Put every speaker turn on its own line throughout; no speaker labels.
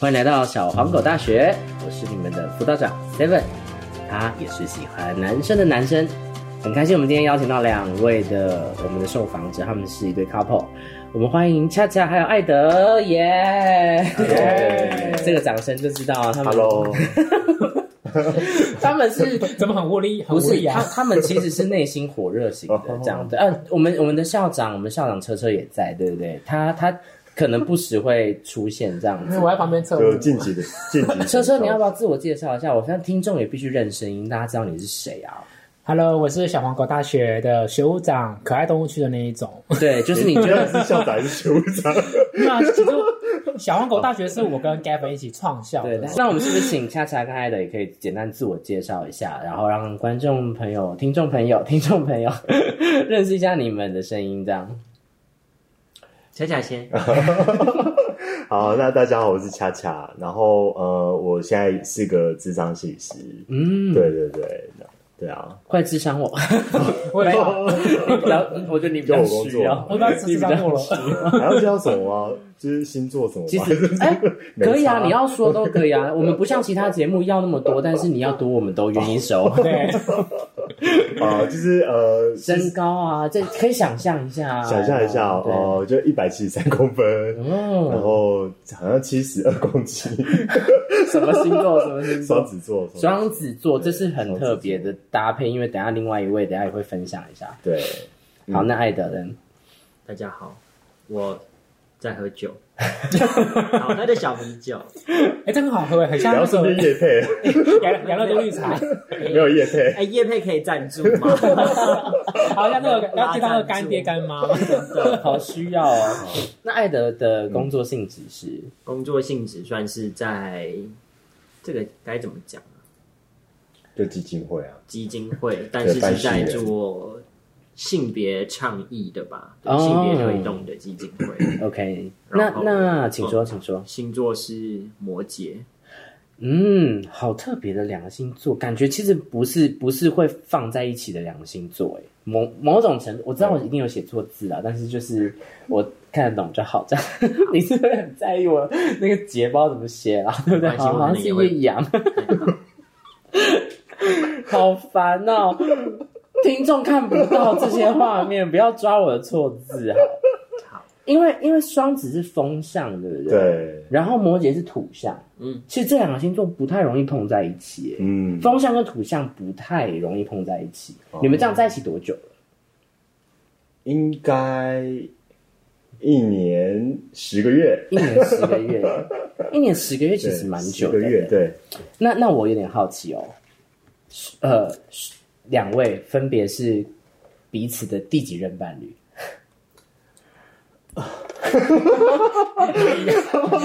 欢迎来到小黄狗大学，我是你们的辅导长 Seven，他也是喜欢男生的男生。很开心我们今天邀请到两位的我们的受访者，他们是一对 couple。我们欢迎恰恰还有艾德，耶、这个掌声就知道他们
Hello，
他们是
怎么很窝里？很
不
窝
是
里
他
啊？
他们其实是内心火热型的这样的。呃，我们我们的校长，我们校长车车也在，对不对？他他可能不时会出现这样
因
子
为。我在旁边侧
有
目。
晋 级的晋级。
车车，你要不要自我介绍一下？我看听众也必须认声音，大家知道你是谁啊？
Hello，我是小黄狗大学的学务长，可爱动物区的那一种。
对，就是你觉
你要
得
是校长还是学务长？
那其实小黄狗大学是我跟 Gavin 一起创校
对
的。。
那我们是不是请恰恰跟艾德也可以简单自我介绍一下，然后让观众朋友、听众朋友、 听众朋友认识一下你们的声音？这样，恰恰先，
好，那大家好，我是恰恰，然后呃，我现在是个智商心理师。
嗯，
对对对，对啊，
快智商我，
我也不知道，
你 比较，我觉得你比
就
较
我工
需
作
要
嘛。
我不知道吃上过了。
还要叫什么啊？就是星座什么吧？
其实，哎、
没差
可以啊，你要说都可以啊。我们不像其他节目要那么多，但是你要多，我们都愿意收。
对，
啊，就是呃，
身高啊，这可以想象一下、啊，
想象一下
对，
哦，就一百七十三公分，然
哦，
后好像七十二公 斤，
什么星座？什么星座？
双子座，
双子座，这是很特别的搭配，因为等一下另外一位，等一下也会分享一下。
对，
好，那艾德人，
大家好，我在喝酒， 好喝的小米酒，
哎，这很 好喝，很
不
像
要
那
顺
个
便夜配，
养养乐多绿茶，
没有夜配，
哎，叶佩可以赞助吗？
好像那个要介绍那个干爹干妈。
好需要哦。那艾德的工作性质是，
工作性质算是在这个该怎么讲啊？
就基金会啊，
基金会，但是
办
是
事
在
人
做性别倡议的吧？对
哦
性别推动的基金
嗯
会。
OK，那
然后
那请说，
嗯
请说。
星座是摩羯，
嗯，好特别的两个星座，感觉其实不是不是会放在一起的两个星座，哎，某某种程度，我知道我一定有写错字啊，但是就是我看得懂就好，这样。 你是不是很在意我那个节包怎么写啦、对不对？
没关系
好好
我
像
可能
是
也
一个
会
羊， 好烦哦！听众看不到这些画面，不要抓我的错字啊！
好，
因为因为双子是风象，对不对？。
对，
然后摩羯是土象，
嗯，
其实这两个星座不太容易碰在一起，哎
嗯，
风象跟土象不太容易碰在一起。
哦
你们这样在一起多久了？
应该一年十个月，
一年十个月， 一年十个月其实蛮久的。
对十个月，对，
那那我有点好奇哦，呃，两位分别是彼此的第几任伴侣？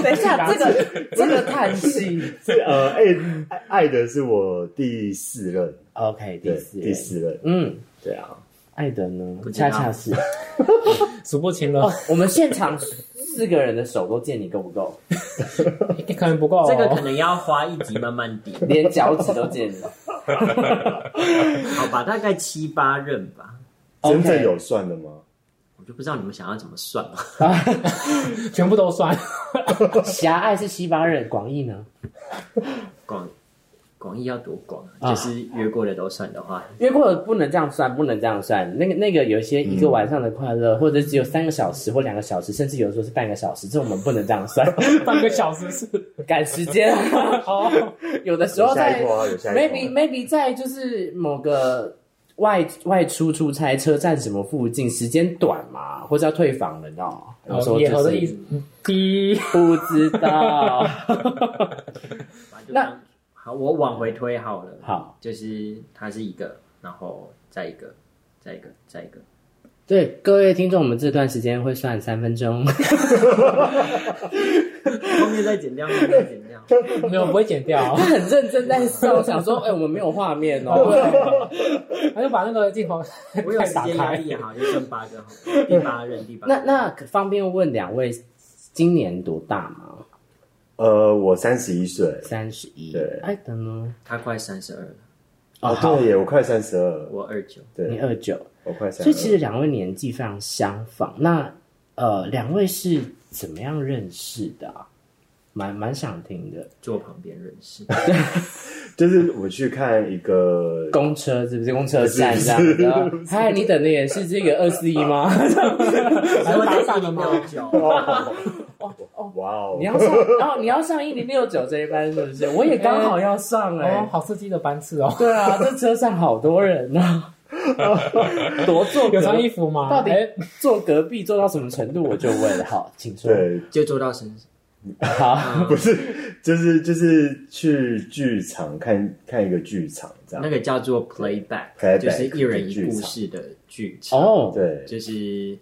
等一下，这个这个叹息
是呃，爱爱爱的是我第 四任，
，OK，第
对，
四任
第，四任，
嗯，
对啊，
艾德呢？
不知
恰
道
恰是。哦
数不清了，
我们现场四个人的手都见你够不 够，
可能不够哦。
这个可能要花一集慢慢点，
连脚趾都 见你。
好吧，大概七八任吧，
真
OK
正有算的吗？
我就不知道你们想要怎么算啊了。
全部都算。
啊 狭隘是西巴人，广义呢？
广广义要多广啊？
啊
就是越过的都算的话，
约过了不能这样算，不能这样算。那个那个，有一些一个晚上的快乐，或者只有三个小时或两个小时，甚至有的时候是半个小时，这我们不能这样 算，
半个小时是
赶时间。啊
哦，
有的时候
有下
在
一波啊，有下一
maybe
波。
maybe 在就是某个外外出出差车站什么附近，时间短嘛，或者要退房了，你知道吗？有
哦
时候
野
就
猴的
是
意思，嗯第
不知道。
反正就
那
当好，我往回推好了。
好，
就是它是一个，然后再一个，再一个，再一个。
对各位听众，我们这段时间会算三分 钟。
后面再减掉，后面再减掉。
没有不会剪掉。啊
他很认真在笑，我想说，哎、我们没有画面 哦。
他就把那个镜头
我有
再
时
打
间压
开。哦
力，好，就剩八个好了，第八任，第八
那
任
那方便问两位今年多大吗？
呃，我三十一岁，
三十一哎
对。
艾德呢？
他快三十二了，
哦，
好
对耶，我快三十二，
我二九。
你
对，
二九，
我快三
所以其
十
实两位年纪非常相仿。那呃，两位是怎么样认识的、啊？蛮蛮想听的。
坐旁边认识，
就是我去看 一个
公车是不是公车站这样子啊？ 嗨，你等的也是这个二四一 吗？
还会打上零六九，
哇哦
哦你，要上，然后你要上一零六九这一班是不是？我也刚好要上哎、
哦，好刺激的班次哦！
对啊，这车上好多人啊，多坐
有穿
隔
衣服吗？
到底
哎
坐隔壁坐到什么程度？我就问，好，请说。
对，
就坐到身上。
好，
不是，就是就是去剧场看看一个剧场这样
那，个叫做 playback，
Playback，
就是一人一故事的剧场。
哦，，
对，
就是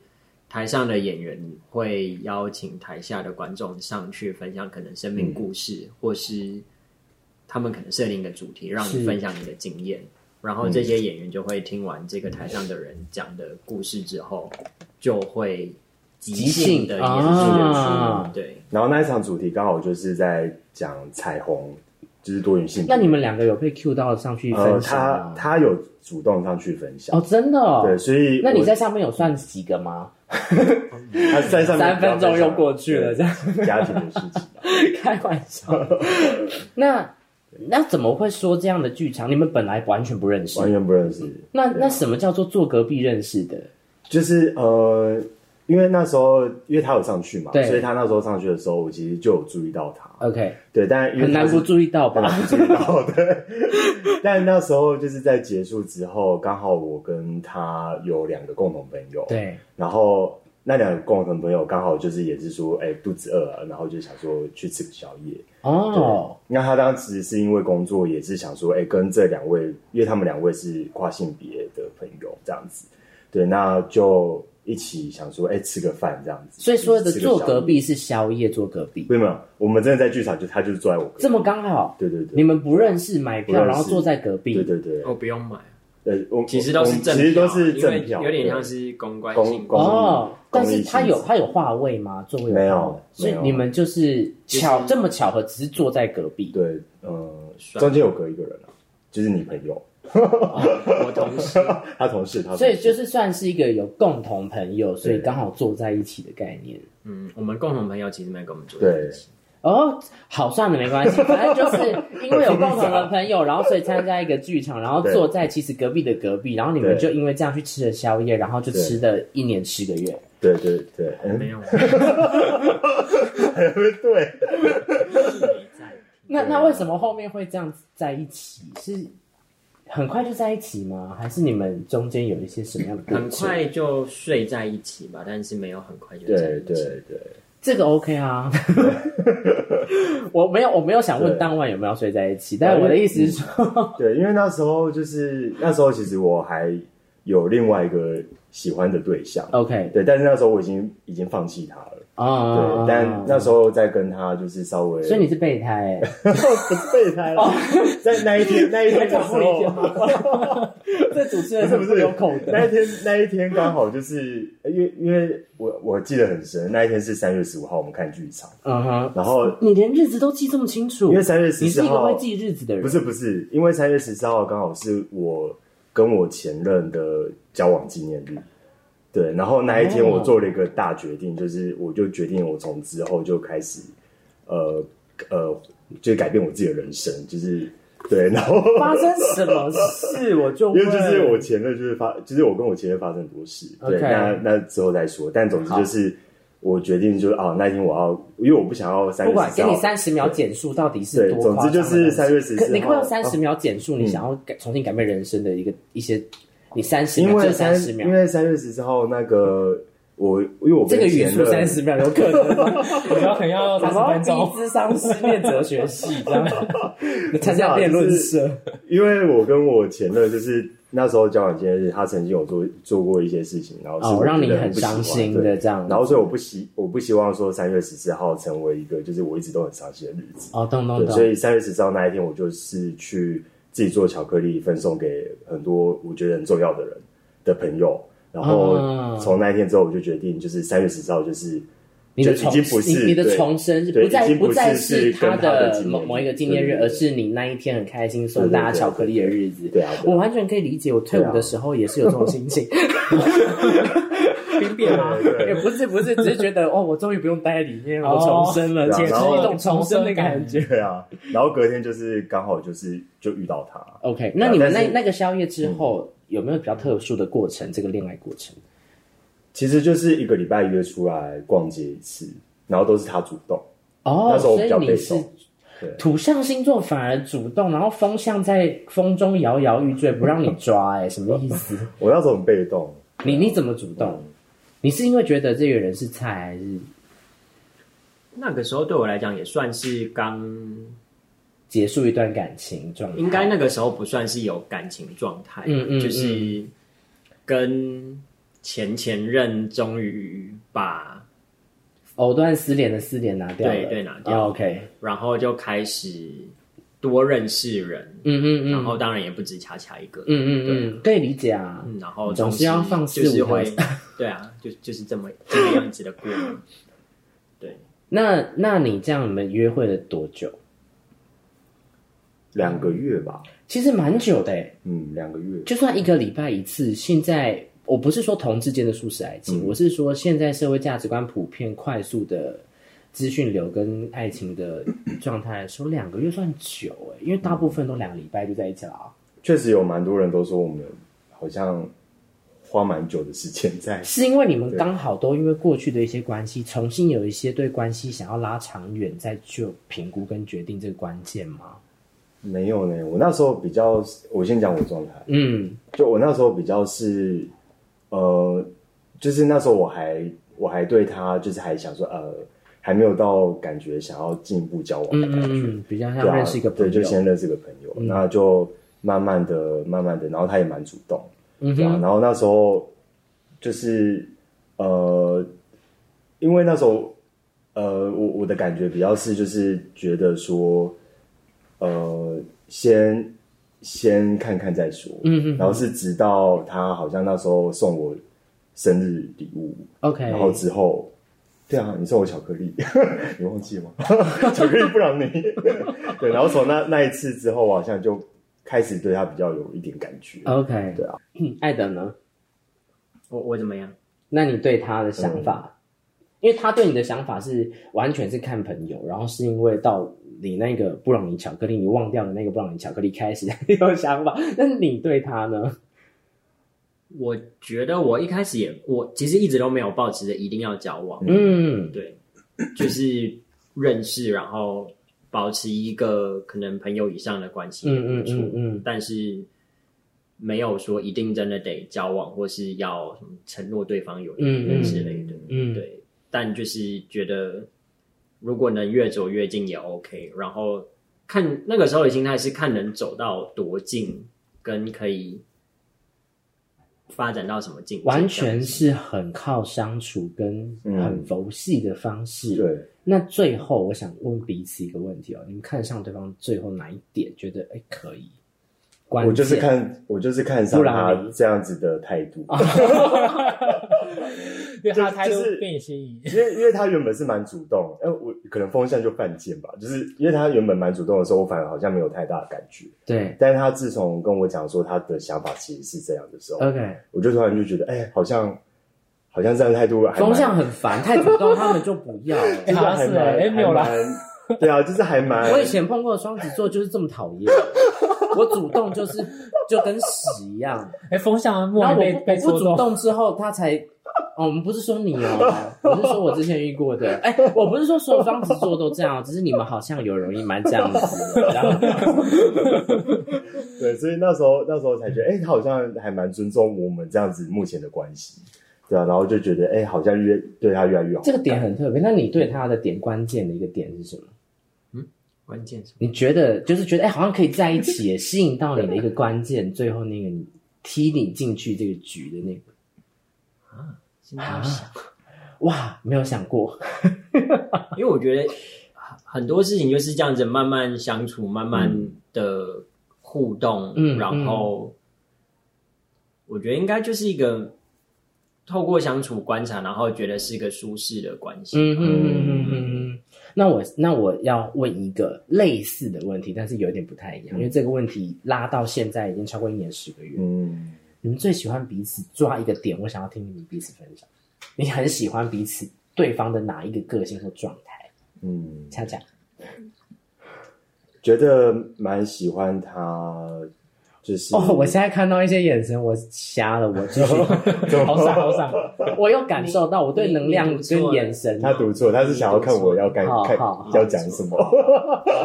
台上的演员会邀请台下的观众上去分享可能生
嗯
命故事，或是他们可能设定一个主题，让你分享你的经验。然后
嗯
这些演员就会听完这个台上的人讲的故事之后，就会即兴的演
即兴啊
出。对，
然后那一场主题刚好就是在讲彩虹，就是多元性别。
那你们两个有被 Q 到上去
呃，
分享
他
吗？
他有主动上去分享，
哦，真的、哦，
对，所以
那你
我
在上面有算几个吗？
他在上面
三分钟又过去了，
对
这样
家庭的事情啊吧。
开玩笑。那那怎么会说这样的剧场？你们本来完全不认识
完，全不认识。
那那什么叫做坐隔壁认识的？
就是呃，因为那时候因为他有上去嘛，
对
所以他那时候上去的时候，我其实就有注意到他。
OK，
对，但因为
很难
他是
不注意到
很
吧？
难不注意到， 对。但那时候就是在结束之后，刚好我跟他有两个共同朋友，，
对，
然后。那两个共同朋友刚好就是也是说，哎、肚子饿了，然后就想说去吃个宵夜。
哦，
那他当时是因为工作，也是想说，哎、跟这两位，因为他们两位是跨性别的朋友，这样子，对，那就一起想说，哎、吃个饭这样子。
所以说的
就是吃个
坐
宵夜
隔壁，是宵夜坐隔壁，
没有没有，我们真的在剧场就他就坐在我隔壁
这么，刚好，
对对对，
你们不认识买
不
票，
认识
然后坐在隔
对
壁，
对对，
哦，不用买，
呃，我
其实都是
我
正票，啊
其实都是
因
正
为
票，
有点像
对
是公关
公
性质
公
哦，但是
公益
他
性
有
质
他有话位吗？座位
没有啊
话位所以
没有
你们就是巧
就是
这么巧合，只是坐在隔壁。
对，呃，中间有隔一个人啊，就是你朋友，
我同事
他同事，他
所以就是是算是一个有共同朋友，所以
对
刚好坐在一起的概念。
嗯，我们共同朋友其实没有跟我们住在
对
一起，
哦，好，算了，没关 系，反正就是因为有共同的朋友，然后所以参加一个剧场，然后
对
坐在其实隔壁的隔壁，然后你们
对
就因为这样去吃了宵夜，然后就吃了一年十个月。
对对对，嗯，
没有，啊
对，
没在。
啊
那那为什么后面会这样子在一起？是很快就在一起吗？还是你们中间有一些什么样的过
很
程？
快就睡在一起吧，但是没有很快就在
对
一起。
对对。
这个 OK 啊。 我没有，我没有想问
对
当晚有没有睡在一起，但我的意思是说，
对，因为那时候就是那时候，其实我还有另外一个喜欢的对象，
OK
对，但是那时候我已经已经放弃他了，对，
啊，
但那时候在跟他就是稍微，
哦所以你是备胎、欸，
不是备胎了，在那一天那一天的时候，
这主持人
是
是
不
不
是
是有口
那
德？
一天那一天刚好就是因为因为我我记得很深，那一天是三月十五号，我们看剧场，
嗯哼，
然后
你连日子都记这么清楚，
因为三月十
你
四
是一个
号
会记日子的人，
不是不是，因为三月十四号刚好是我跟我前任的交往纪念日，对，然后那一天
哦
我做了一个大决定，就是我就决定我从之后就开始，呃呃，就改变我自己的人生，就是对，然后
发生什么事我就
因
问
为就是我前任就是发，就是我跟我前任发生很多事，对
OK
那那之后再说，但总之就是。我决定就是啊，那一天我要，因为我不想要三
不
月十
管
四
给
号。
你三十秒简述到底是
对
多夸张的东西，
总之就是3月14
可你
号
快用三十秒简述你想要改重新改变人生的一个一些，你三十
因
秒
为
这
三
三十秒
因。为三月十四号那个我，因为我
这
跟
个语
前
速
任
三十秒有可能吗？
你知道可能要
然
三十
后
分
逼
钟，
智商失恋哲学系 这样，你参加辩论社
因为我跟我前任就是那时候交往纪念日，他曾经有做做过一些事情，然后是
哦，
我
让你
觉得
很
不喜欢
伤心的
对
这样。
然后所以我不希我不希望说三月十四号成为一个就是我一直都很伤心的日子，
哦，懂懂
对，所
懂，
以三月十四号那一天我就是去自己做巧克力分送给很多我觉得很重要的人的朋友，然后
嗯
从那一天之后我就决定就是三月十四号就是。
你的
就已
重
经不是
你你的
对
重生
对
不再
已经不
不再
是是
他
跟他的
的
纪念日
某某一个纪念日，
对对对
而是你那一天很开心送
对对对
大家巧克力的日子。
对啊对啊
我完全可以理解，我退伍的时候也是有这种心情。
兵变吗？
对对
也哎不是不是，只是觉得哦，我终于不用待在里面了，我重生了，
哦
解
对啊
是
然后
一种重生的感觉。
对啊，然后隔天就是刚好就是就遇到他，
OK，那你们
啊
那
但是嗯
那个宵夜之后、有没有比较特殊的过程？这个恋爱过程？
其实就是一个礼拜约出来逛街一次，然后都是他主动，
哦，
那时候
所
我比
以
较被
你是
动。对
土象星座反而主动，然后风象在风中摇摇欲坠，不让你抓、哎，什么意 思？
我那时候很被动，嗯
你你怎么主动？你是因为觉得这个人是菜，还是
那个时候对我来讲也算是刚，
结束一段感情状态？
应该那个时候不算是有感情状态，
嗯嗯
就是跟前前任终于把，
藕断丝连的丝连拿掉了，
对对拿掉了
哦 OK，
然后就开始多认识人，
嗯嗯嗯，
然后当然也不止恰恰一个，
嗯嗯嗯，可以理解啊。
嗯，然后
总
同
是
时
要放
就
肆
是
舞台
会， 对啊，就就是这么这个样子的 过，对，
那那你这样你们约会了多久？
两个月吧，
其实蛮久的诶，
嗯，两个月。
就算一个礼拜一次，现在我不是说同志间的素食爱
嗯
情，我是说现在社会价值观普遍快速的资讯流跟爱情的状态来说，两个月算久哎，因为大部分都两个礼拜就在一起了啊。
确实有蛮多人都说我们好像花蛮久的时间在，
是因为你们刚好都因为过去的一些关系，重新有一些对关系想要拉长远，再就评估跟决定这个关键吗？
没有呢。我那时候比较，我先讲我状态，
嗯，
就我那时候比较是，呃，就是那时候我还我还对他就是还想说，呃，还没有到感觉想要进一步交往的
嗯
感觉，
嗯嗯，比较
对
像
啊，
认识一个朋友，嗯
对，就先认识一个朋友，那就慢慢的、慢慢的，然后他也蛮主动，
嗯
对啊，
哼，
然后那时候就是呃，因为那时候呃，我我的感觉比较是就是觉得说，呃，先先看看再说，
嗯嗯
然后是直到他好像那时候送我生日礼物，
，OK，
然后之后，对啊，你送我巧克力， 你忘记了吗？ 巧克力不然你对，然后从那那一次之后，我好像就开始对他比较有一点感觉。
OK，
对啊，
嗯艾德呢？
我我怎么样？
那你对他的想
嗯
法？因为他对你的想法是完全是看朋友，然后是因为到你那个布朗尼巧克力，你忘掉的那个布朗尼巧克力开始 有想法，那你对他呢？
我觉得我一开始也，我其实一直都没有抱持着一定要交往，
嗯
对，就是认识，然后保持一个可能朋友以上的关系，
嗯嗯嗯嗯，
但是没有说一定真的得交往，或是要什么承诺对方有
嗯
一个之类的，
嗯
对。但就是觉得，如果能越走越近也 OK。然后看那个时候的心态是看能走到多近，跟可以发展到什么境界，
完
这样
全
子
是很靠相处跟很佛系的方式。
嗯对，
那最后我想问彼此一个问题哦，你们看上对方最后哪一点觉得哎可以？关键
我就是看我就是看上
布朗
他
尼
这样子的态 度，
对他的态度
就是
被你吸引。
因为因为他原本是蛮主动，哎、我可能风向就犯贱吧，就是因为他原本蛮主动的时候，我反而好像没有太大的感觉，
对
但是他自从跟我讲说他的想法其实是这样的时候，
，OK。
我就突然就觉得，哎、好像好像这样的态度还蛮
风向很烦，太主动他们就不要、
哎
欸。
好像是哎哎没有啦
啦。对啊，就是还蛮
我以前碰过的双子座就是这么讨厌，我主动就是就跟屎一样，
哎，风向莫
然
名
后我
被
不
被
我不
戳
主
中，
动之后他才。哦，我们不是说你哦，我是说我之前遇过的。哎、我不是说所有双子座都这样，哦只是你们好像有容易蛮这样子的。然后
对，所以那时候那时候才觉得，哎、他好像还蛮尊重我们这样子目前的关系，对啊，然后就觉得，哎、好像越对他越来越好。
这个点很特别。那你对他的点关键的一个点是什么？
关键是
你觉得就是觉得哎、好像可以在一起耶，吸引到你的一个关键，最后那个你踢你进去这个局的那个。
心态
啊
要想
哇，没有想过，
因为我觉得很很多事情就是这样子，慢慢相处，慢慢的互动，
嗯
然后我觉得应该就是一个透过相处观察，然后觉得是一个舒适的关系。
嗯嗯嗯嗯嗯。那我那我要问一个类似的问题，但是有一点不太一样，因为这个问题拉到现在已经超过一年十个月。
嗯，
你们最喜欢彼此抓一个点，我想要听你们彼此分享。你很喜欢彼此对方的哪一个个性或状态？
嗯，
恰恰
觉得蛮喜欢他，就是
哦，我现在看到一些眼神，我瞎了，我 继续，好傻好傻， 我有感受到我对能量
你你
跟眼神，
他读错，他是想要看我要干
好
看
好好
要讲什么。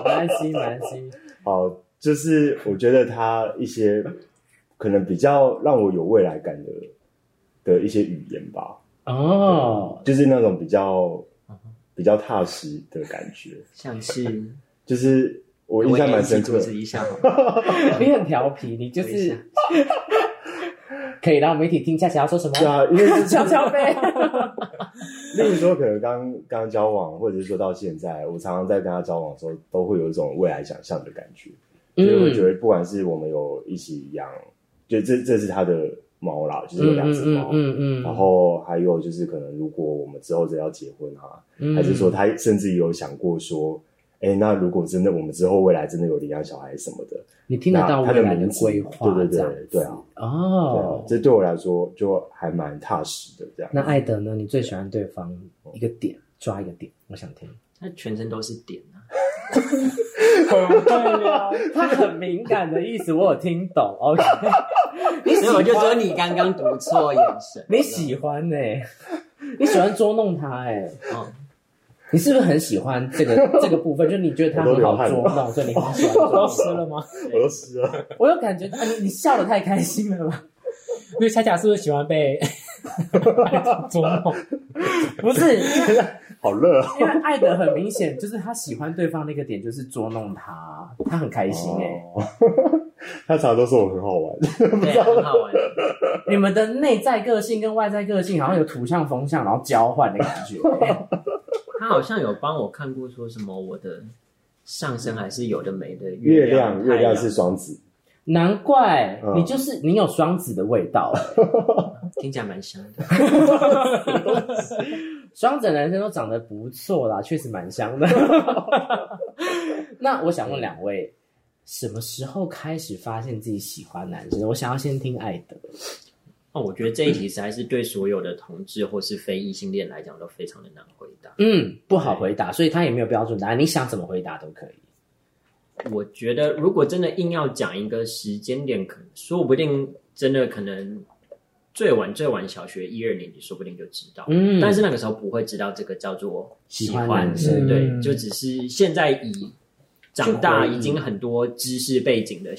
没关系没关系，
好，就是我觉得他一些可能比较让我有未来感的的一些语言吧，
哦，
就是那种比较
嗯
比较踏实的感觉。
像是
就是我印象蛮深刻
我也一起组织一下好 了，
你很调皮，你就
等一下
是 可以让我们一起听恰恰要说什
对
么，
啊，因为
悄悄呗。
例如说，可能刚刚交往，或者是说到现在，我常常在跟他交往的时候，都会有一种未来想象的感觉。
嗯
就是我觉得，不管是我们有一起养，就这这是他的猫啦，就是有两只猫，
嗯
然后还有就是可能如果我们之后真的要结婚啊，
嗯
还是说他甚至有想过说，哎，那如果真的我们之后未来真的有领养小孩什么的，
你听得到
那他
未
的
来
名字
规划，
对
这
对
样
对对啊，对啊
哦，
这对我来说就还蛮踏实的这样。
那艾德呢？你最喜欢对方一个点，抓一个点，我想听。
他全身都是点啊，
啊
他很敏感的意思，我有听懂。OK，
所以我就说你刚刚读错眼神，
你喜欢呢、欸你喜欢捉弄他哎、
哦，
你是不是很喜欢这个这个部分？就你觉得他很好捉弄，所以你很喜欢捉
都
弄
湿了吗？
我都湿了。
我有感觉到、啊、你你笑的太开心了吧？
因为恰恰是不是喜欢被 捉弄？
不是，因为
好热啊！
因为艾德很明显就是他喜欢对方那个点，就是捉弄他，他很 开心哎、
哦他常常都说我很好玩，
对，很好玩，
你们的内在个性跟外在个性好像有土象风象，然后交换的感 觉。
他好像有帮我看过说什么我的上身还是有的没的
月
亮
亮
太
月亮是双子，
难怪
嗯
你就是你有双子的味 道，
听起来蛮香的，
双子的男生都长得不错啦，确实蛮香的。 那我想问两位，什么时候开始发现自己喜欢男生？我想要先听艾德。
哦，我觉得这一题实在是对所有的同志或是非异性恋来讲都非常的难回答。
嗯，不好回答，所以他也没有标准答案，你想怎么回答都可以。
我觉得如果真的硬要讲一个时间点，可能说不定真的可能最晚最晚小学一二年级，说不定就知道。
嗯
但是那个时候不会知道这个叫做
喜欢
欢，
男生
对，
嗯
就只是现在以长大
就回忆
已经很多知识背景的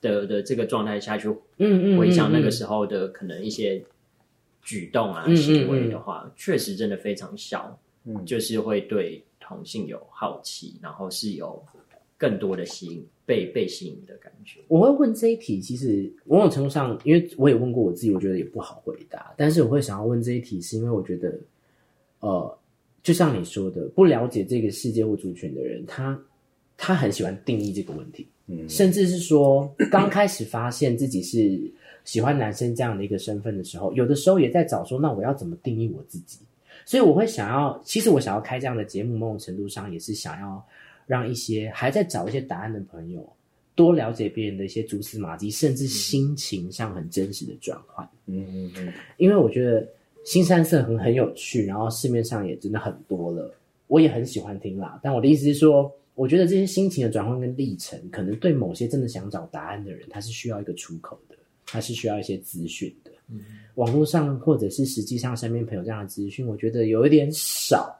的的这个状态下去
嗯嗯，
回想那个
候，
时候的可能一些举动啊、
嗯嗯
行为的话，确实真的非常小，
嗯
就是会对同性有好奇，然后是有更多的吸引被被吸引的感觉。
我会问这一题，其实某种程度上，因为我也问过我自己，我觉得也不好回答。但是我会想要问这一题，是因为我觉得，呃，就像你说的，不了解这个世界或族群的人，他他很喜欢定义这个问题，
嗯
甚至是说，刚开始发现自己是喜欢男生这样的一个身份的时候，有的时候也在找说，那我要怎么定义我自己？所以我会想要，其实我想要开这样的节目，某种程度上也是想要让一些还在找一些答案的朋友，多了解别人的一些蛛丝马迹，甚至心情上很真实的转换。
嗯嗯嗯，
因为我觉得新山色很很有趣，然后市面上也真的很多了，我也很喜欢听啦。但我的意思是说，我觉得这些心情的转换跟历程，可能对某些真的想找答案的人，他是需要一个出口的，他是需要一些资讯的。
嗯
网络上或者是实际上身边朋友这样的资讯，我觉得有一点少，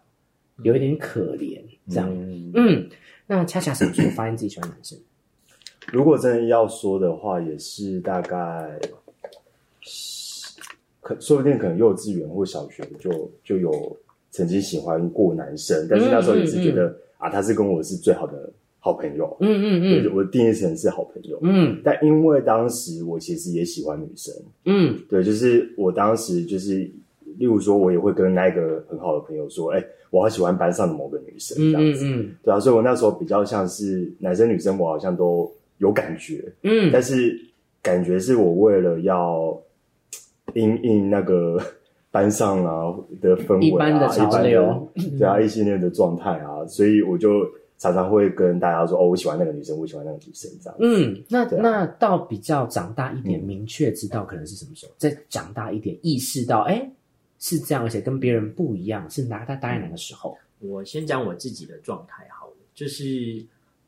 有一点可怜，这样。
嗯
嗯，那恰恰什么时候发现自己喜欢男生？
如果真的要说的话，也是大概，可说不定可能幼稚园或小学就就有曾经喜欢过男生，但是那时候也是觉得、啊，他是跟我是最好的好朋友，
嗯
对我定义成是好朋友。
嗯
但因为当时我其实也喜欢女生，
嗯
对，就是我当时就是，例如说，我也会跟那个很好的朋友说，哎、我好喜欢班上的某个女生这
嗯
样子，
嗯
对啊，所以我那时候比较像是男生女生，我好像都有感觉，
嗯
但是感觉是我为了要因应那个 班上啊的氛围、啊，
一般的潮流嗯
一般的，对啊，异性恋的状态啊，所以我就常常会跟大家说，哦，我喜欢那个女生，我喜欢那个女生这样。
嗯，那
对啊
那到比较长大一点，
嗯
明确知道可能是什么时候，再长大一点意识到，哎，是这样，而且跟别人不一样，是拿它搭在哪个时候？
我先讲我自己的状态好了，就是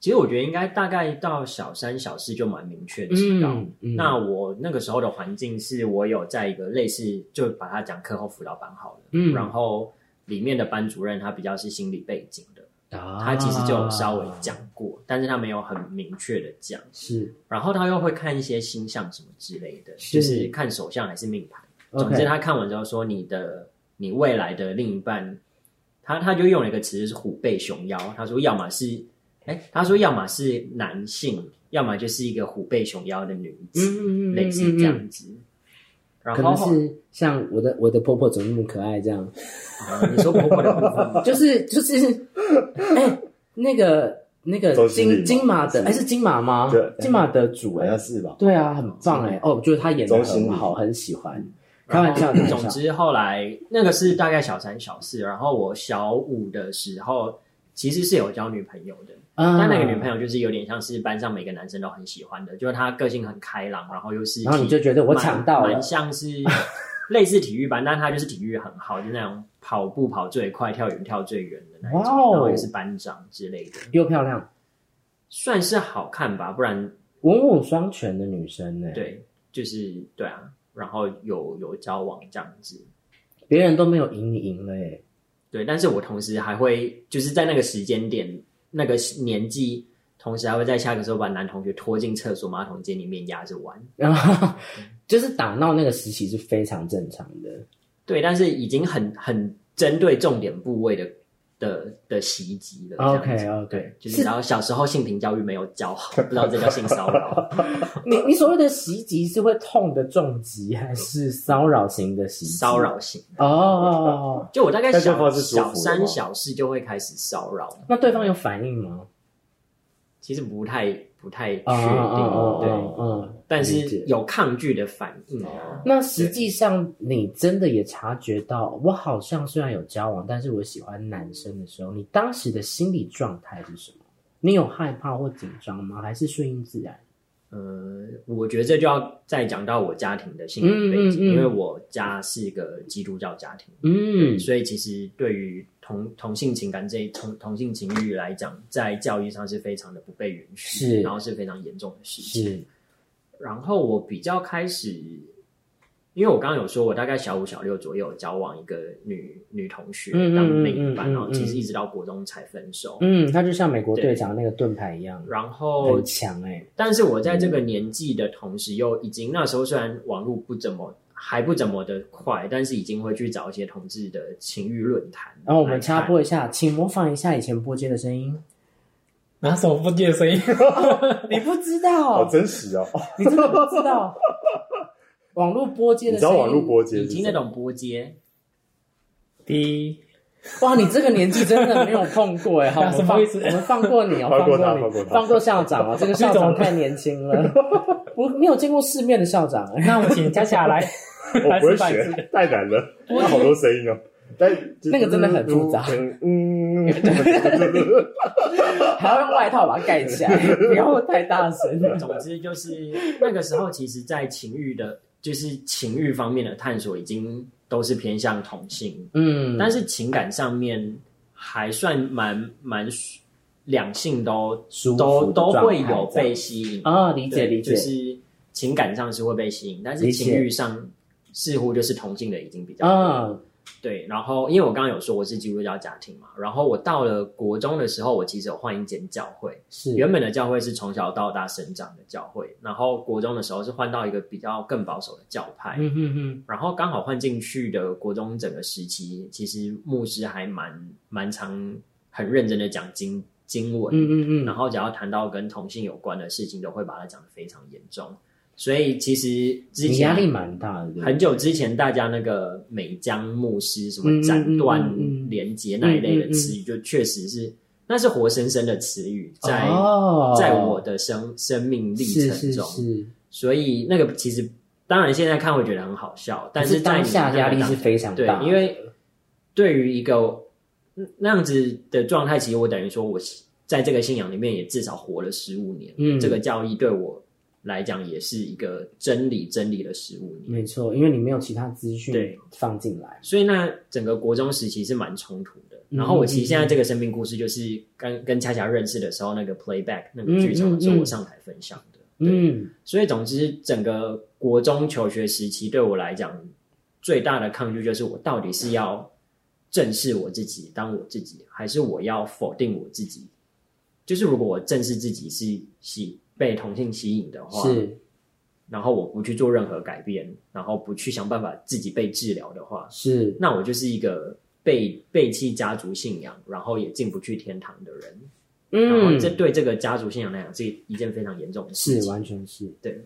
其实我觉得应该大概到小三小四就蛮明确知道。
嗯嗯
那我那个时候的环境是我有在一个类似，就把它讲课后辅导班好了，
嗯
然后里面的班主任他比较是心理背景的，
他
他其实就有稍
啊
微讲过，但是他没有很明确的讲，
是，
然后他又会看一些星象什么之类的，
是
就是看手相还是命盘。
OK
总之，他看完之后说你的你未来的另一半，他他就用了一个词是虎背熊腰，他说要么是，哎，他说要么是男性，要么就是一个虎背熊腰的女子，
嗯
类似这样子。然
可能
后、
是像我的我的婆婆怎么那么可爱这样，
啊你说婆婆的部分吗
就是就是，哎、那个那个
周星
金
驰
金马的，哎、是金马吗？
对
金马的主
好
哎、
像是吧？
对啊，很棒哎、哦，就是他演的
周星
很
驰
好，很喜欢。开
然
玩
后
笑，开玩笑
总之后来那个是大概小三小四，然后我小五的时候其实是有交女朋友的，
啊
但那个女朋友就是有点像是班上每个男生都很喜欢的，就是她个性很开朗，然后又是体
然后你就觉得我
蛮
抢到了
蛮像是类似体育班，但她就是体育很好，就那种跑步跑最快、跳远跳最远的那一种，
哇哦
然后也是班长之类的，
又漂亮，
算是好看吧，不然
文武双全的女生欸呢、，
对，就是对啊，然后有有交往这样子。
别人都没有赢你赢了欸耶、
对，但是我同时还会就是在那个时间点、那个年纪，同时还会在下课时候把男同学拖进厕所马桶间里面压着玩。
然后 就是打闹那个时期是非常正常的。
对，但是已经很很针对重点部位的的的袭击了。这样子
OK OK，
就是然后小时候性平教育没有教好，不知道这叫性骚 扰。
你你所谓的袭击是会痛的重击，还是骚扰型的袭击？
骚扰性，
哦哦，哦
就我大概
但对
小
方是舒服的
小
吗
三小四就会开始骚扰，
那对方有反应吗？
其实不太不太
啊
确定，对，
嗯，
但
理
是
解哦
有抗拒的反应啊。
那实际上你真的也察觉到，我好像虽然有交往，但是我喜欢男生的时候，你当时的心理状态是什么？你有害怕或紧张吗？还是顺应自然？
呃，我觉得这就要再讲到我家庭的信仰背景，
嗯嗯嗯
因为我家是一个基督教家庭，
嗯，
所以其实对于同同性情感这一同同性情欲来讲，在教育上是非常的不被允许，
是
然后是非常严重的事情。
是
然后我比较开始，因为我刚刚有说，我大概小五小六左右交往一个女女同学
嗯嗯
当另一
嗯
半，
嗯
然后其实
嗯
一直到国中才分手。
嗯，他就像美国队长那个盾牌一样，
然后
很强哎、
但是我在这个年纪的同时，又已经那时候虽然网络不怎么还不怎么的快，但是已经会去找一些同志的情欲论坛。
然后我们插播，一下，请模仿一下以前播接的声音。
拿手不接的声音，
你不知道
好，真实哦！
你真的不知道。 网络播接
你
的
知
声
道
音，
网络播接
你
是什
听
么
得懂波接？
滴，
哇，你这个年纪真的没有碰过哎，好，我
那
们
什
放
么意思
我们放过你哦，
放过
过
他
你，
放过他
校长哦，这个校长太年轻了， 我没有见过世面的校长哎。
那我们请佳佳来，
哦我
来
不会
示范一
学
次，，
太难了，那好多声音哦。但
那个真的很复杂
嗯嗯，嗯
还要用外套把它盖起来，不要太大声。
总之就是那个时候，其实，在情欲的，就是情欲方面的探索，已经都是偏向同性，
嗯，
但
是
是情感上面还算蛮蛮两性都
舒服
都
的状
都
态
会有被吸引
啊，理解
对
理解
就，是情感上是会被吸引，但是
理解
情欲上似乎就是同性的已经比较多、
啊，
对。然后因为我刚刚有说我是基督教家庭嘛，然后我到了国中的时候，我其实有换一间教会，
是
原本的教会是从小到大生长的教会，然后国中的时候是换到一个比较更保守的教派，
嗯嗯嗯，
然后刚好换进去的国中整个时期，其实牧师还蛮蛮常很认真的讲经经文，
嗯嗯嗯
然后只要谈到跟同性有关的事情，都会把它讲得非常严重。所以其实之
你
前
压力蛮大的，
很久之前，大家那个美江牧师什么斩断
嗯嗯嗯嗯嗯
连接那一类的词语，就确实是那是活生生的词语，在、
哦
在我的生生命历程
是
中，
是是，
所以那个其实当然现在看会觉得很好笑，但
可
是
是
在
当
你那
下
个
压力
当
是非常
对
大，的，
因为对于一个嗯那样子的状态，其实我等于说我在这个信仰里面也至少活了十五年，
嗯
这个教义对我来讲，也是一个真理真理的食物里面。
没错，因为你没有其他资讯
对
放进来，
所以那整个国中时期是蛮冲突的。
嗯
然后我其实现在这个生命故事，就是跟跟恰恰认识的时候，那个 playback 那个
嗯
剧场的时
嗯
候，
嗯
我上台分享的。对，
嗯，
所以总之，整个国中求学时期对我来讲，最大的抗拒就是我到底是要正视我自己，当我自己，还是我要否定我自己？就是如果我正视自己是喜被同性吸引的话，
是
然后我不去做任何改变，然后不去想办法自己被治疗的话，
是，
那我就是一个被背弃家族信仰，然后也进不去天堂的人。然后
嗯，
这对这个家族信仰来讲是一件非常严重的事
是
情。
完全是。
对，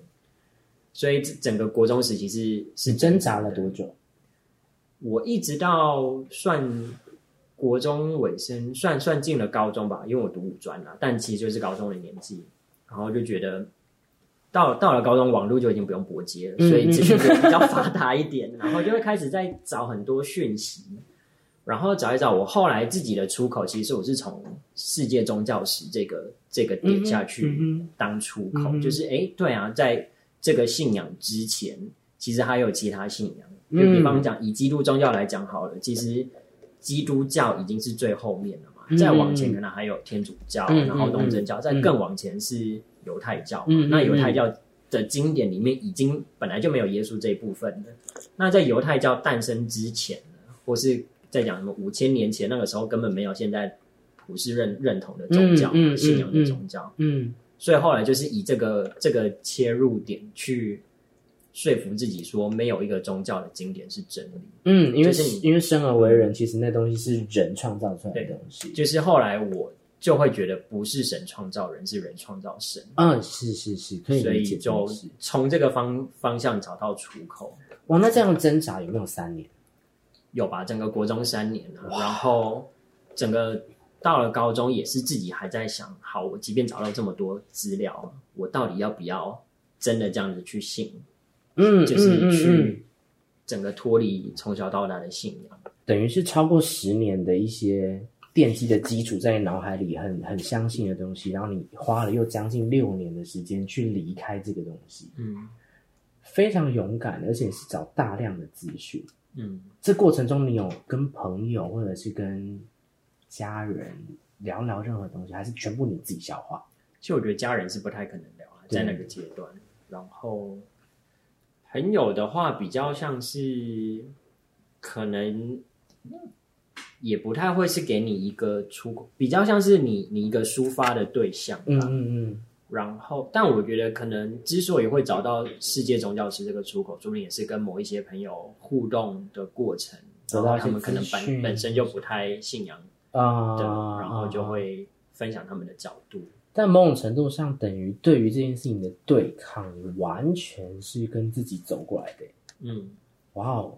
所以这整个国中时期是
你
是
挣扎了多久？
我一直到算国中尾声，算算进了高中吧，因为我读五专啦，但其实就是高中的年纪，然后就觉得到到了高中，网络就已经不用拨接了，
嗯
所以资讯就比较发达一点，然后就会开始在找很多讯息，然后找一找。我后来自己的出口，其实我是从世界宗教史这个这个点下去
嗯
当出口，
嗯哼
就是诶，对啊，在这个信仰之前，其实还有其他信仰。
嗯
就比方讲，以基督宗教来讲好了，其实基督教已经是最后面了嘛，
嗯
再往前可能还有天主教，
嗯
然后东正教，
嗯
再更往前是犹太教嘛。
嗯嗯
那犹太教的经典里面已经本来就没有耶稣这一部分了。那在犹太教诞生之前呢，或是在讲什么五千年前那个时候，根本没有现在普世认认同的宗教、
嗯嗯嗯
信仰的宗教。
嗯
所以后来就是以这个这个切入点去说服自己，说没有一个宗教的经典是真理。
嗯，因为
就是你
因为生而为人，其实那东西是人创造出来的东西。
就是后来我就会觉得，不是神创造人，是人创造神，
嗯，是是是，可以
所
理
以
解这
就
件事。
从这个方方向找到出口。
哇，那这样挣扎有没有三年？
有吧？整个国中三年啊，然后整个到了高中也是自己还在想，好，我即便找到这么多资料，我到底要不要真的这样子去信？
嗯，
就是
嗯嗯嗯，
去整个脱离从小到大的信仰。
等于是超过十年的一些奠基的基础在你脑海里很很相信的东西，然后你花了又将近六年的时间去离开这个东西，
嗯
非常勇敢，而且是找大量的资讯。
嗯，
这过程中，你有跟朋友或者是跟家人聊聊任何东西，还是全部你自己消化？
其实我觉得家人是不太可能聊啊，
对
在那个阶段。然后朋友的话，比较像是可能也不太会是给你一个出口，比较像是你你一个抒发的对象吧。
嗯嗯嗯，
然后，但我觉得可能之所以会找到世界宗教师这个出口，说不定也是跟某一些朋友互动的过程，
得
然
到
后
一些
他们可能
资讯
本本身就不太信仰
啊、
的，然后就
啊，
会分享他们的角度。
但某种程度上，等于对于这件事情的对抗，完全是跟自己走过来的。欸
嗯，
哇哦！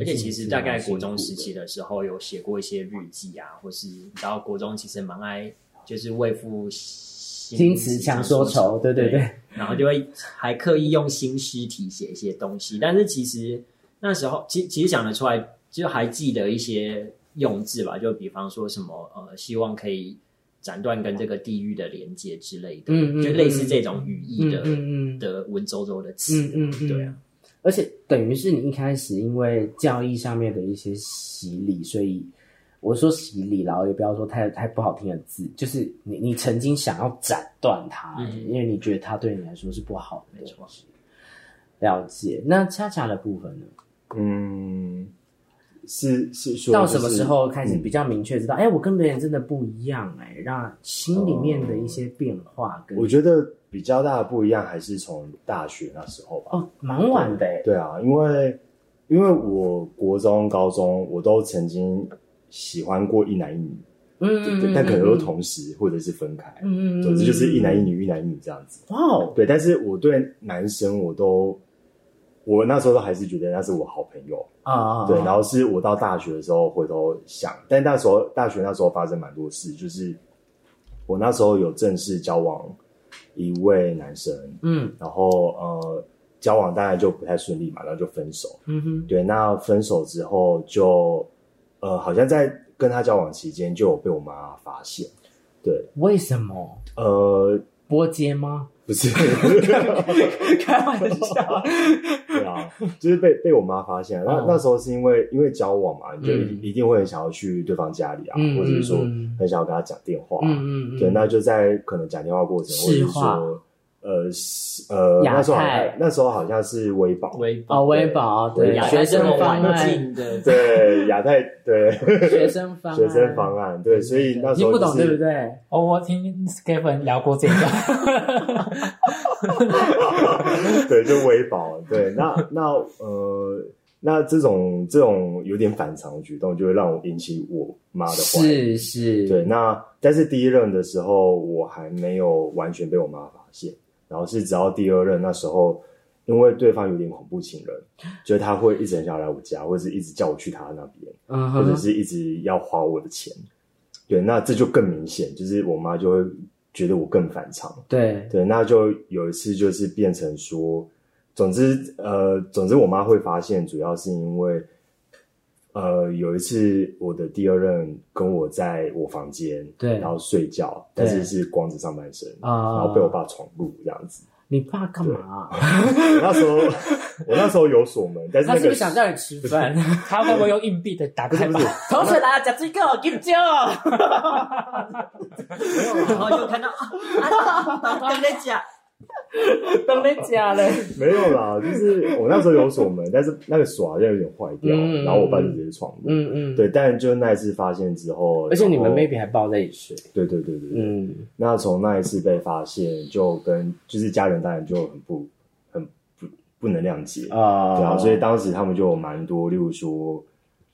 而且其
嗯
实大概国中时
时
期
期，
的时候，有写过一些日记啊，或是你知道国中其实蛮爱就是为赋新
新词强说愁，对对对，
然后就会还刻意用新诗体写一些东西，但是其实那时候其其实想得出来，就还记得一些用字吧，就比方说什么呃，希望可以斩断跟这个地域的连接之类的，
嗯嗯
就类似这种语义的、
嗯嗯嗯
的文绉绉的词，
嗯嗯嗯
对啊，
而且等于是你一开始因为教义上面的一些洗礼，所以我说洗礼啦，然后也不要说太太不好听的字，就是你你曾经想要斩断它，
嗯
因为你觉得它对你来说是不好的
没
东
错
西。了解。那恰恰的部分呢？
嗯，是是说
到
就是
什么时候开始比较明确知道？哎、我跟别人真的不一样、哎，让心里面的一些变化跟
我觉得比较大的不一样还是从大学那时候吧。
哦，蛮晚的、哎
对啊，因为因为我国中、高中我都曾经喜欢过一男一女，
嗯
对
嗯
对
嗯
但可能
嗯
都同时或者是分开，
嗯嗯嗯
总之就是一男一女，一男一女这样子。
哇哦，
对，但是我对男生我都，我那时候都还是觉得那是我好朋友。
啊，
对，然后是我到大学的时候回头想，但那时候大学那时候发生蛮多事，就是我那时候有正式交往一位男生，
嗯
然后呃交往当然就不太顺利嘛，然后就分手。
嗯哼，
对，那分手之后就呃好像在跟他交往期间就有被我妈发现，对，
为什么？
呃
波街吗？
不是，
开玩笑，
对啊，就是被被我妈发现。那、
哦
那时候是因为因为交往嘛，你就
嗯
一定会很想要去对方家里啊，
嗯
或者是说
嗯嗯
很想要跟他讲电话、啊。
嗯嗯嗯，
对，那就在可能讲电话过程，或者
市
是
话
说，呃是呃，
亚
那时候好像
太
那时候好像是微保，
微
哦，微保对
对
亚
学
太这么
生方
晚
案，
进的，
对亚太对
学生方案，
学生方案，对，所以那
你
时候
不
就
懂对不
是
对？
哦，我听 Stephen 聊过这个，
对就微保，对，那那呃。那这种这种有点反常的举动，就会让我引起我妈的怀
是
疑。
是，
对，那但是第一任的时候，我还没有完全被我妈发现，然后是直到第二任那时候，因为对方有点恐怖情人，就是他会一直很想来我家，或者是一直叫我去他那边，
嗯
或者
哼，
是一直要花我的钱。对，那这就更明显，就是我妈就会觉得我更反常。
对，
对，那就有一次就是变成说，总之呃，总之我妈会发现，主要是因为呃有一次我的第二任跟我在我房间，
对
然后睡觉，但
对
是是光着上半身，
啊
然后被我爸闯入这样子。
你爸干嘛？
我那时 候我那时候有锁门，但是
他
那
是不
个
是想叫你吃饭？
他会不会用硬币的打开吧？
同学来了，讲这个，给你叫。
然后就看到啊，啊啊在讲，
当你假嘞，
没有啦，就是我那时候有锁门，但是那个锁好像有点坏掉，
嗯
然后我爸就直接闯入。
嗯嗯，，
对，但就那一次发现之后，
而且你们
然后
maybe 还抱在一起睡，
对对对对对，
嗯，
那从那一次被发现，就跟就是家人当然就很不很不不能谅解，
啊
对啊，所以当时他们就有蛮多，例如说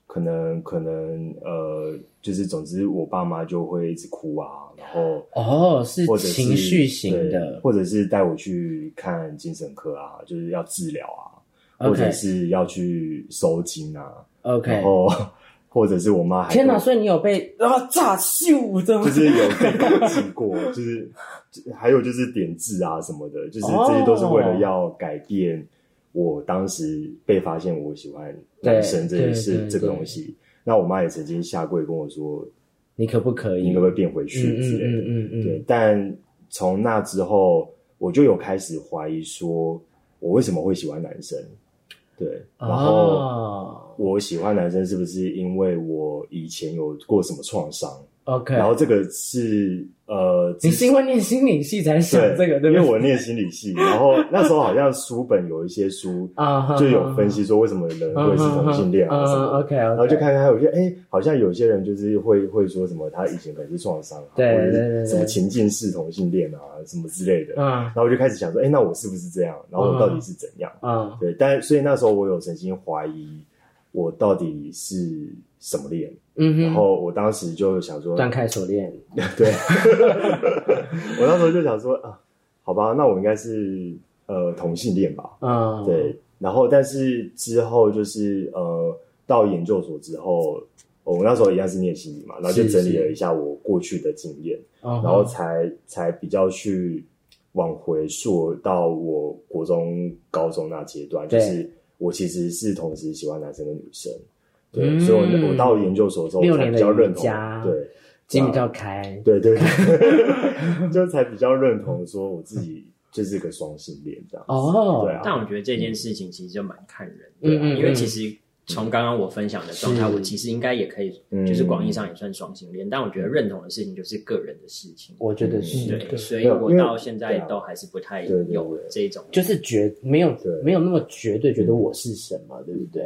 可能可能呃，就是总之我爸妈就会一直哭啊，然后
哦是
或者是
情绪型
对
的，
或者是带我去看精神科啊，就是要治疗啊
OK
或者是要去收金啊，然
OK，
后或者是我妈还
天哪，
会
所以你有被啊炸秀的吗
就？是有被打击过，就是还有就是点痣啊什么的，就是
哦
这些都是为了要改变我当时被发现我喜欢男生这件
对
事
对
这个东西。那我妈也曾经下跪跟我说，
你可不可以？
你可不可以变回去之类的。
嗯嗯嗯
对
嗯，
但从那之后，我就有开始怀疑说，我为什么会喜欢男生？对，
嗯，
然后。
哦
我喜欢男生是不是因为我以前有过什么创伤？
OK，
然后这个是呃，
你
之
是因为念心理系才想
对
这个，对
因为
不对？
我念心理 系，然后那时候好像书本有一些书
啊哈嗯
就有分析说为什么人会是同性恋 啊什么的。
，OK，
然后就看看有些哎，好像有些人就是会会说什么他以前可能是创伤啊，或
对对
者
对对
是什么情境式同性恋啊什么之类的。
嗯
然后我就开始想说，哎，那我是不是这样？然后我到底是怎样？
嗯
对，但所以那时候我有曾经怀疑我到底是什么恋，
嗯
然
哼，
后我当时就想说，
断开锁链，
对， 我那时候就想说啊，好吧，那我应该是呃同性恋吧，
嗯，
对。然后，但是之后就是呃，到研究所之后，哦我那时候一样是念心理嘛，然后就是整理
是
了一下我过去的经验，
嗯哼，
然后才才比较去往回溯到我国中、高中那阶段，就
对
是我其实是同时喜欢男生跟女生，对，
嗯
所以我我到研究所之后
六
才
年
比
的
较
瑜
认同
伽，
对。
筋比较开，
对对对， 就才比较认同说我自己就是个双性恋这样。
哦，
对啊，
但我觉得这件事情其实就蛮看人的，
嗯嗯嗯
因为其实从刚刚我分享的状态，
是
我其实应该也可以，
嗯
就是广义上也算双性恋，但我觉得认同的事情就是个人的事情。
我觉得是
嗯，
对，
对
所以
没有
我
因为
到现在
对啊
都还是不太
对对
有
对
这种，
就是绝没有
对
没有那么绝对觉得我是什么，对不对？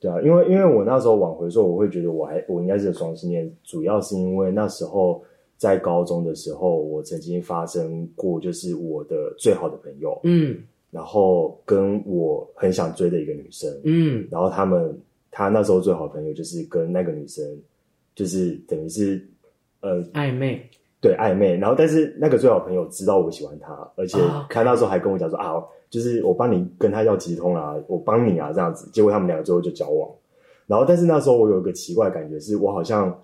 对啊，因为因为我那时候往回说，我会觉得我还我应该是个双性恋，主要是因为那时候在高中的时候，我曾经发生过，就是我的最好的朋友，
嗯
然后跟我很想追的一个女生，
嗯，
然后他们他那时候最好的朋友就是跟那个女生，就是等于是呃
暧昧，
对暧昧，然后但是那个最好朋友知道我喜欢他，而且
啊
他那时候还跟我讲说啊，就是我帮你跟他要直通啦，我帮你啊这样子，结果他们两个最后就交往。然后但是那时候我有一个奇怪的感觉，是我好像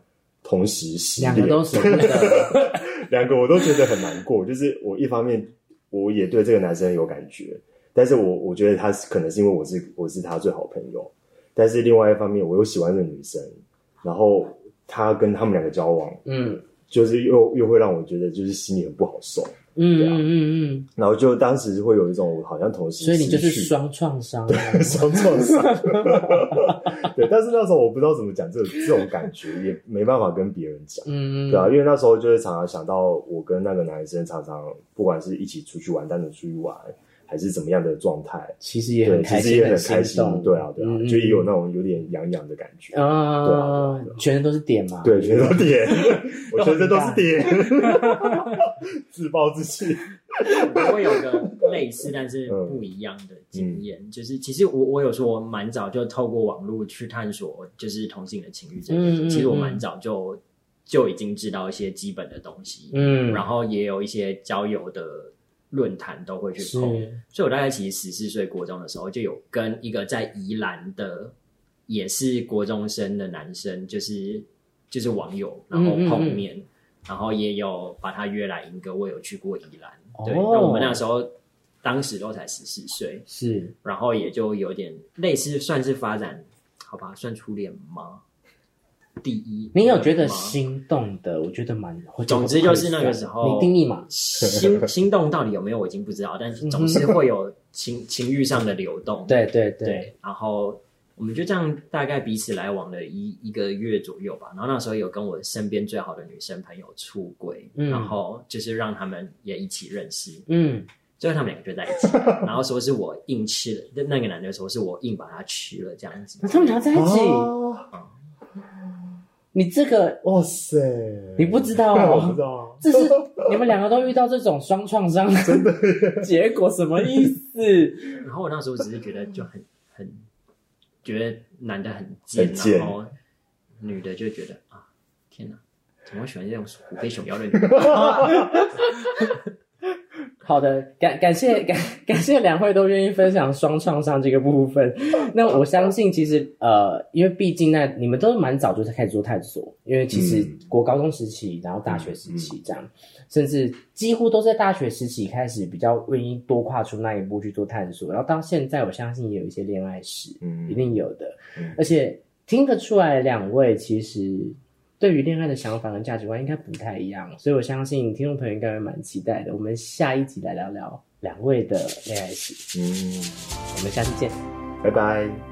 同时失
两
恋，
个都是那个
两个我都觉得很难过，就是我一方面我也对这个男生有感觉，但是我我觉得他是可能是因为我是我是他最好朋友，但是另外一方面我又喜欢这个女生，然后他跟他们两个交往，
嗯
就是又又会让我觉得就是心里很不好受。
嗯嗯嗯
然后就当时会有一种好像同
嗯，
时
所以你就是
失去
双创伤啊，
双创伤。 对，但是那时候我不知道怎么讲这这种感觉，也没办法跟别人讲。
嗯
对啊，
嗯
因为那时候就会常常想到我跟那个男生常常不管是一起出去玩，单纯出去玩，还是怎么样的状态，
其实也很
对，
开
其实
心，
也很开
心动，
对啊，对啊
嗯，
就也有那种有点痒痒的感觉。对啊
啊
对啊，
全身都是点嘛，
对，全身都 点，我全身
都
都是
很
点，自暴自 弃。
我有个类似但是不一样的经验，就是其实我我有说我蛮早就透过网络去探索，就是同性的情欲这件事。
嗯嗯
其实我
嗯
蛮早就就已经知道一些基本的东西，
嗯，
然后也有一些交友的论坛都会去
是
碰。所以我大概其实十四岁国中的时候，就有跟一个在宜兰的也是国中生的男生，就是就是网友，然后碰
嗯
面，然后也有把他约来英歌，我有去过宜兰，对，
哦
那我们那时候当时都才十四岁，
是
然后也就有点类似，算是发展，好吧，算初恋吗？第一，
你有觉得
吗
心动的？我觉得蛮，我觉得
总之就是那个时候，
你定义嘛，
心心动到底有没有我已经不知道，但是总是会有情 情欲上的流动。
对对
对，然后我们就这样大概彼此来往了一一个月左右吧。然后那时候有跟我身边最好的女生朋友出轨，
嗯
然后就是让他们也一起认识，
嗯，
最后他们两个就在一起，然后说是我硬吃了，那那个男的说是我硬把他吃了这样子
那。他们俩在一起，
啊
你这个
哇塞！
你不知道
我不
啊
知？道啊。
这是你们两个都遇到这种双创伤，真的结果什么意思？
然后我那时候只是觉得就很很觉得男的很贱，
很贱
然后女的就觉得啊，天哪，怎么会喜欢这种虎背熊腰的女的？
好的，感感谢感感谢两位都愿意分享双创伤这个部分。那我相信，其实呃，因为毕竟那你们都蛮早就开始做探索，因为其实
嗯
国高中时期，然后大学时期这样，甚至几乎都在大学时期开始比较愿意多跨出那一步去做探索，然后到现在，我相信也有一些恋爱史，
嗯
一定有的。
嗯
而且听得出来，两位其实对于恋爱的想法跟价值观应该不太一样，所以我相信听众朋友应该会蛮期待的。我们下一集来聊聊两位的恋爱史，
嗯，
我们下次见。
拜拜。